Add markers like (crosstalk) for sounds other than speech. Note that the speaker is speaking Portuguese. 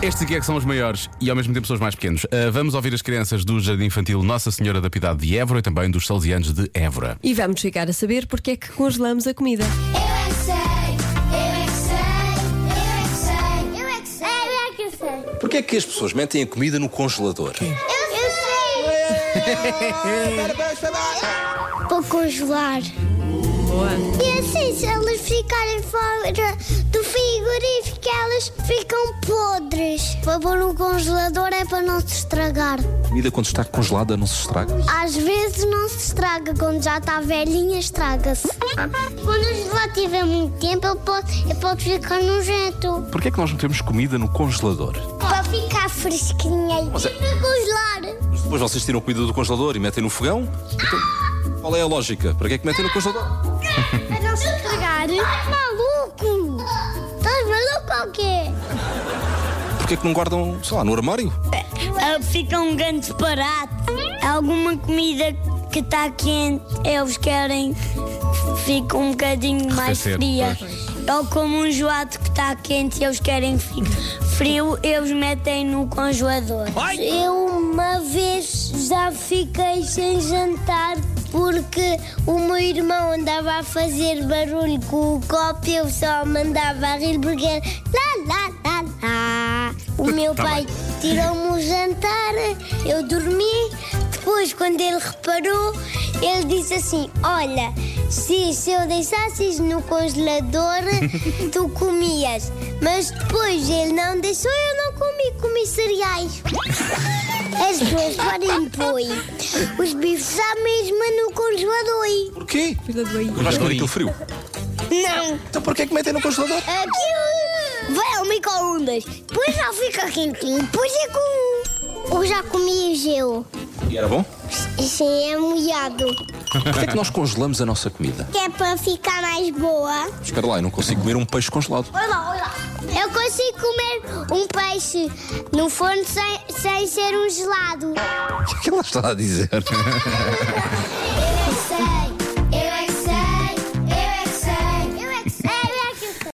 Estes aqui é que são os maiores e ao mesmo tempo são os mais pequenos. Ah, vamos ouvir as crianças do Jardim Infantil Nossa Senhora da Piedade de Évora e também dos Salesianos de Évora. E vamos ficar a saber porque é que congelamos a comida. Eu é que sei, eu é que sei, eu é que sei, eu é que sei, eu é que sei. Porquê é que as pessoas metem a comida no congelador? Eu sei! Para congelar. Boa. E assim, se elas ficarem fora do frigorífico, elas ficam podres. Para pôr no congelador é para não se estragar. A comida quando está congelada não se estraga. Às vezes não se estraga, quando já está velhinha, estraga-se. Quando o gelado tiver muito tempo, ele pode, ele pode ficar nojento. Porquê é que nós metemos comida no congelador? Para ficar fresquinha e Mas é- para congelar. Mas depois vocês tiram a comida do congelador e metem no fogão? Então, qual é a lógica? Para que é que metem no congelador? Para não se estragar. Estás maluco? Estás maluco ou quê? Porquê é que não guardam, sei lá, no armário? Ah, Fica um grande disparate. Alguma comida que tá está quente, eles querem que fique um bocadinho mais Arrefecer, fria. Ou como um gelado que tá está quente, eles querem que fique frio, eles metem no congelador. Eu uma vez já fiquei sem jantar porque o meu irmão andava a fazer barulho com o copo e eu só mandava a rir porque era lá, lá, lá, lá. O meu Tá pai tirou-me o jantar, eu dormi. Depois, quando ele reparou, ele disse assim: Olha, se, se eu deixasses no congelador, tu comias. Mas depois ele não deixou, eu não comi, comi cereais. As pessoas podem pôr os bifes à mesma no congelador. Porquê? Filha do banho. Porque vais comer aquilo frio. Não. Então porquê é que metem no congelador? Aquilo vai ao micro-ondas, depois já fica quentinho, depois é com. Eu já comi gelo. E era bom? Sim, é molhado. Porquê é que nós congelamos a nossa comida? Que é para ficar mais boa. Espera lá, eu não consigo comer um peixe congelado. (laughs) Olha lá, olha lá. Eu consigo comer um peixe no forno sem, sem ser um gelado. O que é que ela está a dizer? Eu é é